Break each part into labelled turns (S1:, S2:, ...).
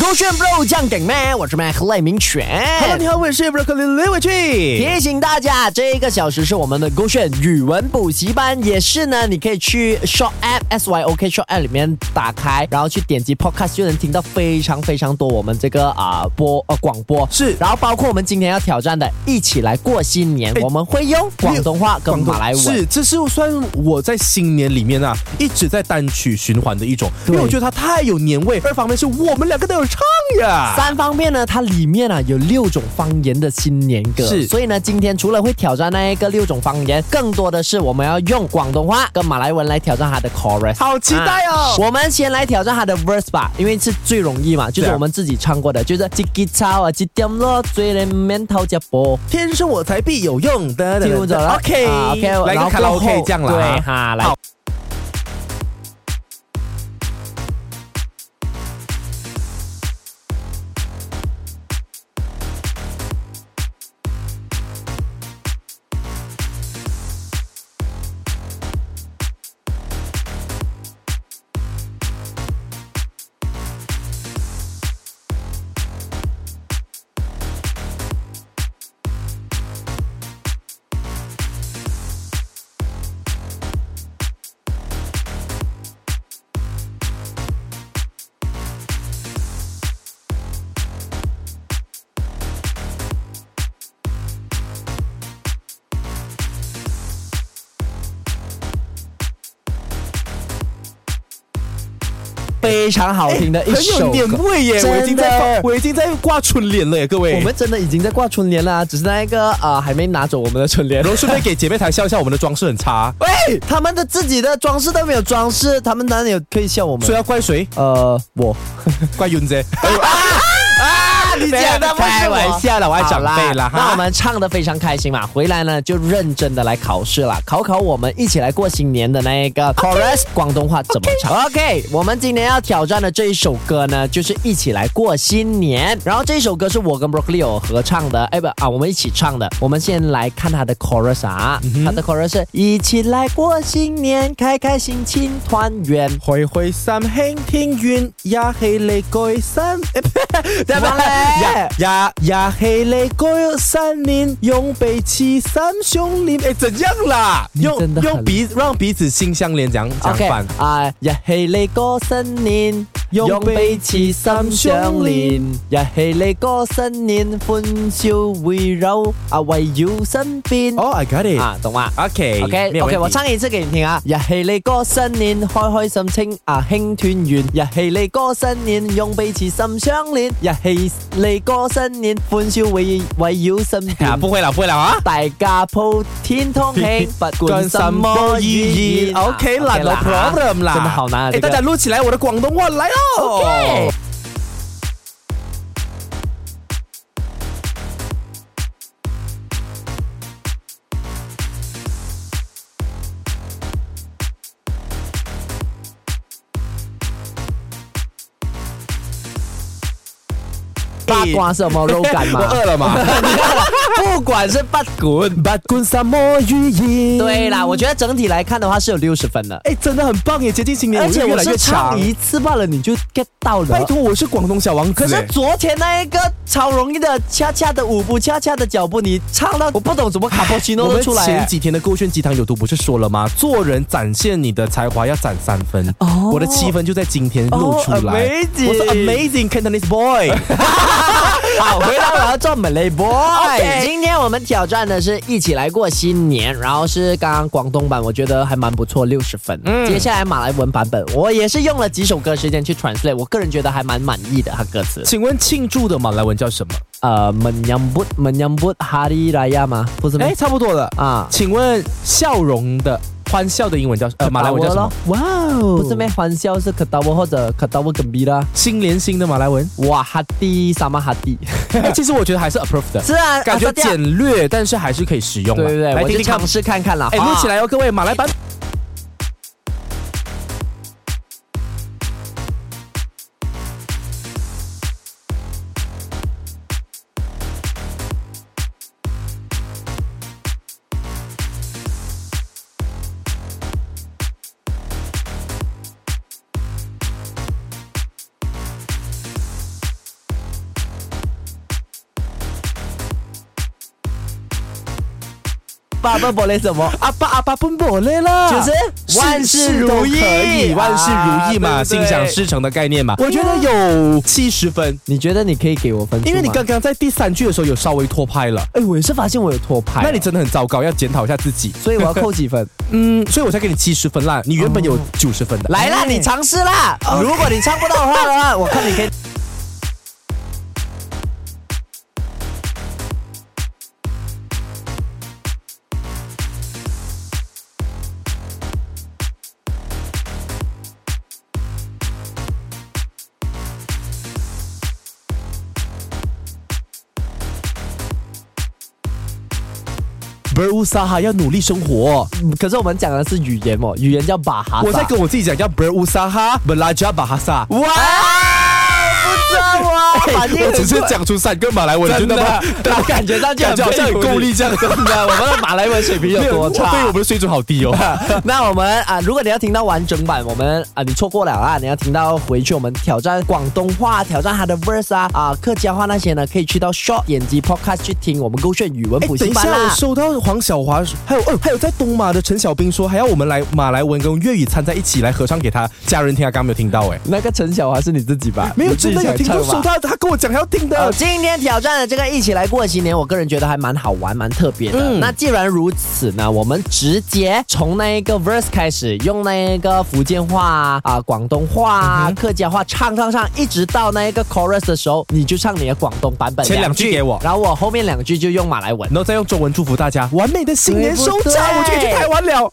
S1: 勾选 bro 酱梗咩？我是 Mac 赖明全。
S2: Hello，你好，我是 Broccoli 刘伟俊。
S1: 提醒大家，这个小时是我们的勾选语文补习班，也是呢，你可以去 Short App S Y O K Short App 里面打开，然后去点击 Podcast 就能听到非常非常多我们这个啊、播呃广播
S2: 是
S1: 然后包括我们今天要挑战的，一起来过新年，
S2: 哎
S1: 我们会用广东话跟马来文。
S2: 是，这是算我在新年里面啊一直在单曲循环的一种，因
S1: 对
S2: 为我觉得它太有年味。二方面是我们两个都有唱呀，
S1: 三方面呢，它里面啊有六种方言的新年歌，
S2: 是
S1: 所以呢，今天除了会挑战那一个六种方言，更多的是我们要用广东话跟马来文来挑战它的 chorus。啊
S2: 好期待哦！
S1: 我们先来挑战它的 verse 吧，因为是最容易嘛，就是
S2: 对啊
S1: 我们自己唱过的，就是几吉草啊，几点咯，最人面头家波。
S2: 天生我材必有用的
S1: 听不懂了
S2: OK
S1: 啊，OK，然
S2: 来个
S1: 后
S2: 卡拉
S1: 过后
S2: OK 这样啦。啊
S1: 对哈来
S2: 好
S1: 非常好听的一
S2: 很
S1: 首
S2: 有年
S1: 歌。
S2: 味耶！我已经在
S1: 真的
S2: 发，我已经在挂春联了耶，各位。
S1: 我们真的已经在挂春联了啊，只是那一个啊、呃还没拿走我们的春联
S2: 然。后顺便给姐妹台笑一下，我们的装饰很 差，
S1: 喂，他们的自己的装饰都没有装饰，他们哪里有可以笑我们
S2: 所以？要怪谁？
S1: 呃，我
S2: 怪 云姐。哎
S1: 啊，你
S2: 讲的不是我
S1: 开玩笑了，我还长
S2: 好
S1: 辈
S2: 啦
S1: 了。
S2: 哈
S1: 那我们唱的非常开心嘛，回来呢就认真的来考试了，考考我们一起来过新年的那一个 chorus 广东话怎么唱。OK，我们今年要挑战的这一首歌呢，就是一起来过新年。然后这首歌是我跟 Broccoli 有合唱的，哎不啊，我们一起唱的。我们先来看它的 chorus 啊，它的 chorus 是一起来过新年，开开心心团圆。
S2: 回回三輕天願，也係你改 新。
S1: 點啊你
S2: 也也也係你改新年，用鼻刺心相連。誒，哎怎樣啦？
S1: 你
S2: 用
S1: 真的很
S2: 用鼻讓彼此心相連，講
S1: OK à, dạ
S2: 講反。
S1: 啊，日系你歌新年，
S2: 用
S1: 用
S2: 彼
S1: 彼
S2: 此
S1: 此
S2: 心
S1: 心
S2: 相
S1: 相
S2: 連
S1: 連。日系你歌新年，歡笑圍繞啊圍繞身邊。
S2: 哦，I got it。
S1: 啊，懂嗎
S2: OK
S1: À, ？OK
S2: 沒有問
S1: OK，
S2: 題
S1: 我唱一次給你聽啊！日系你歌新年，開開心心啊興團圓；日系你歌新年，用彼此心相連；日系你歌新年，歡笑圍圍繞身邊。
S2: 啊，不會啦，不會啦啊！
S1: 大家普天同慶，不管什麼語 言。
S2: ？OK 啦，no problem 啦，
S1: 真的好难啊！
S2: 诶
S1: 这
S2: 大
S1: 个
S2: 家录起来我的广东话来喽。
S1: OK 八卦是有没有肉感
S2: 我
S1: 吗？
S2: 饿了嘛？
S1: 不管是八滚。
S2: 不管什么语言。
S1: 对啦，我觉得整体来看的话是有六十分的，
S2: 哎，真的很棒耶！接近新年，
S1: 而
S2: 我
S1: 且
S2: 就越
S1: 我
S2: 来
S1: 是
S2: 越
S1: 唱
S2: 强。
S1: 一次罢了，你就 get 到了。
S2: 拜托，我是广东小王子
S1: 可
S2: 耶。
S1: 是昨天那一个超容易的恰恰的舞步，恰恰的脚步，你唱到我不懂怎么卡波奇
S2: 我
S1: 诺
S2: 们
S1: 都出来
S2: 前
S1: 欸。
S2: 几天的勾选鸡汤有毒不是说了吗？做人展现你的才华要攒三分，
S1: 哦
S2: 我的七分就在今天露出
S1: 哦
S2: 来。
S1: ，amazing
S2: 我是 amazing Cantonese boy。
S1: 好，回来我要做美雷 boy。
S2: OK
S1: 今天我们挑战的是一起来过新年，然后是刚刚广东版，我觉得还蛮不错，六十分。
S2: 嗯
S1: 接下来马来文版本，我也是用了几首歌时间去 translate，我个人觉得还蛮满意的，它歌词。
S2: 请问庆祝的马来文叫什么？
S1: 呃，menyambut menyambut hari raya 吗？不是吗
S2: 哎，？差不多了。
S1: 啊，
S2: 请问笑容的欢笑的英文叫呃马来文叫什么？
S1: 哇哦，不是咩？欢笑是 ketawa 或者 ketawa gembira。
S2: 心连心的马来 文？
S1: 哇哈蒂萨玛哈蒂，
S2: 哎，其实我觉得还是 approve 的，
S1: 是啊，
S2: 感觉
S1: 啊这样
S2: 简略，但是还是可以使用啊。
S1: 对对对，
S2: 来
S1: 我
S2: 听
S1: 就啊
S2: 听看
S1: 尝。试看看啦。
S2: 哎，
S1: 哈
S2: 录起来哦，各位马来版。
S1: 爸不不嘞什么？
S2: 阿爸阿爸奔波累了，
S1: 啊就是万事如意啊
S2: 都可以万事如意嘛，
S1: 啊对不
S2: 心
S1: 对
S2: 想事成的概念嘛。我觉得有七十分，
S1: 你觉得你可以给我分数吗？
S2: 因为你刚刚在第三句的时候有稍微脱拍了，
S1: 哎，我也是发现我有啊拖拍，
S2: 那你真的很糟糕，要检讨一下自己。
S1: 所以我要扣几分？
S2: 嗯，所以我才给你七十分啦，你原本有九十分的。
S1: 哦来
S2: 哎
S1: 啦，你尝试啦！如果你唱不到的话的话，我看你可 以。
S2: ，berusaha 要努力生活。
S1: 嗯可是我们讲的是语言哦，语言叫巴哈萨。
S2: 我在跟我自己讲，要 berusaha belajar bahasa。
S1: 哇，哎不错哦，反应
S2: 哎我只
S1: 很
S2: 是
S1: 快
S2: 讲出三个马来文，
S1: 真
S2: 你就那
S1: 的啊
S2: 么，
S1: 我感觉到就
S2: 感觉好像很够力这样，真
S1: 真 的，我们的马来文水平有多差？
S2: 对我们的水准好低哦。
S1: 那我们啊，如果你要听到完整版，我们啊，你错过了啊，你要听到回去我们挑战广东话，挑战它的 verse 啊啊客家话那些呢，可以去到 Short 眼及 Podcast 去听我们勾选语文
S2: 哎，
S1: 补
S2: 等
S1: 习
S2: 一
S1: 班
S2: 下，我
S1: 啦。
S2: 收到黄小华，还有哦，还有在东马的陈小兵说，还要我们来马来文跟粤语掺在一起来合唱给他家人听，他刚刚没有听到哎，
S1: 那个陈小华是你自己吧？
S2: 没有
S1: 你自
S2: 真
S1: 己
S2: 的有
S1: 想
S2: 听
S1: 唱
S2: 到，
S1: 吧
S2: 收到他跟我讲要听
S1: 呃，
S2: 的。
S1: 今天挑战的这个一起来过新年，我个人觉得还蛮好玩、蛮特别的。
S2: 嗯
S1: 那既然如此呢，我们直接从那一个 verse 开始，用那一个福建话啊、啊广东话
S2: 嗯
S1: 啊、客家话唱唱唱，一直到那一个 chorus 的时候，你就唱你的广东版本。
S2: 前两句给我
S1: 然后我后面两句就用马来文。
S2: 然后再用中文祝福大家完美的新年收
S1: 对不
S2: 场，
S1: 对
S2: 我就可以去台湾了。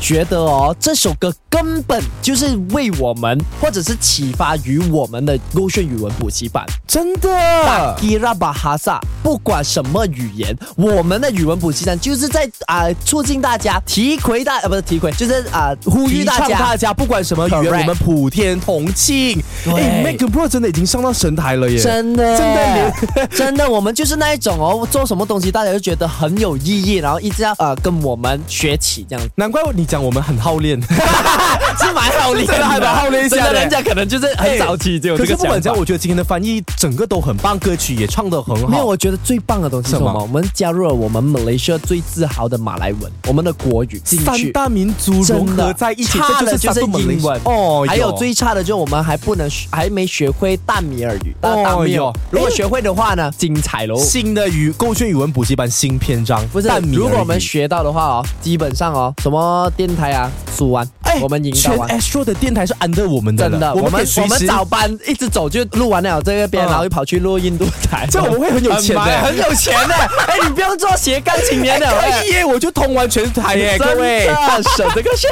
S1: 觉得哦，这首歌根本就是为我们，或者是启发于我们的勾选语文补习班。
S2: 真
S1: 大
S2: 的，
S1: 伊拉巴哈萨，不管什么语言，我们的语文补习站就是在啊、促进大家提携大呃不是提携，就是啊、呼吁
S2: 提倡
S1: 大
S2: 大
S1: 家。
S2: 家不管什么语言，
S1: Correct
S2: 我们普天同庆。
S1: 对
S2: 哎，Mac Bro 真的已经上到神台了耶！
S1: 真的，
S2: 真的，
S1: 真的，我们就是那一种哦，做什么东西大家就觉得很有意义，然后一直要呃跟我们学起这样子，
S2: 难怪你讲我们很好练。
S1: 是蛮好练
S2: 真的还蛮好练一下
S1: 真的
S2: 的
S1: 人家可能哎就是很早期就有
S2: 可
S1: 这
S2: 是
S1: 个
S2: 不管
S1: 想
S2: 怎
S1: 法
S2: 样，。我觉得今天的翻译整个都很棒，歌曲也唱得很好。
S1: 没有，我觉得最棒的东西是什
S2: 什么
S1: 么？我们加入了我们马来西亚最自豪的马来文，我们的国语进去
S2: 三。大民族融合在一起，
S1: 真的
S2: 这
S1: 差的就是
S2: 三个门类
S1: 英文
S2: 哦，
S1: 还有最差的就是我们还不能学还没学会大米尔
S2: 哦
S1: 语，大大米尔
S2: 哟
S1: 如果学会的 话呢，精彩喽！
S2: 新的语构建语文补习班新篇章，
S1: 不是
S2: 但，你
S1: 如果
S2: 而已
S1: 我们学到的话哦，基本上哦，什么电台啊，苏湾，
S2: 哎，
S1: 我们赢到
S2: 全
S1: 完。
S2: Astro 的电台是 under 我们的
S1: 真的，
S2: 了，我
S1: 我
S2: 们可
S1: 们
S2: 以随
S1: 我们
S2: 时
S1: 早班一直走就录完了这边，
S2: 嗯
S1: 然后又跑去录印度台，
S2: 这样我们会很有钱的
S1: 很忙 很有钱的。哎，你不用做斜杠青年的，
S2: 哎
S1: 喂
S2: 可以耶，我就通完全台耶，哎
S1: 真
S2: 各位。
S1: 的省这个线。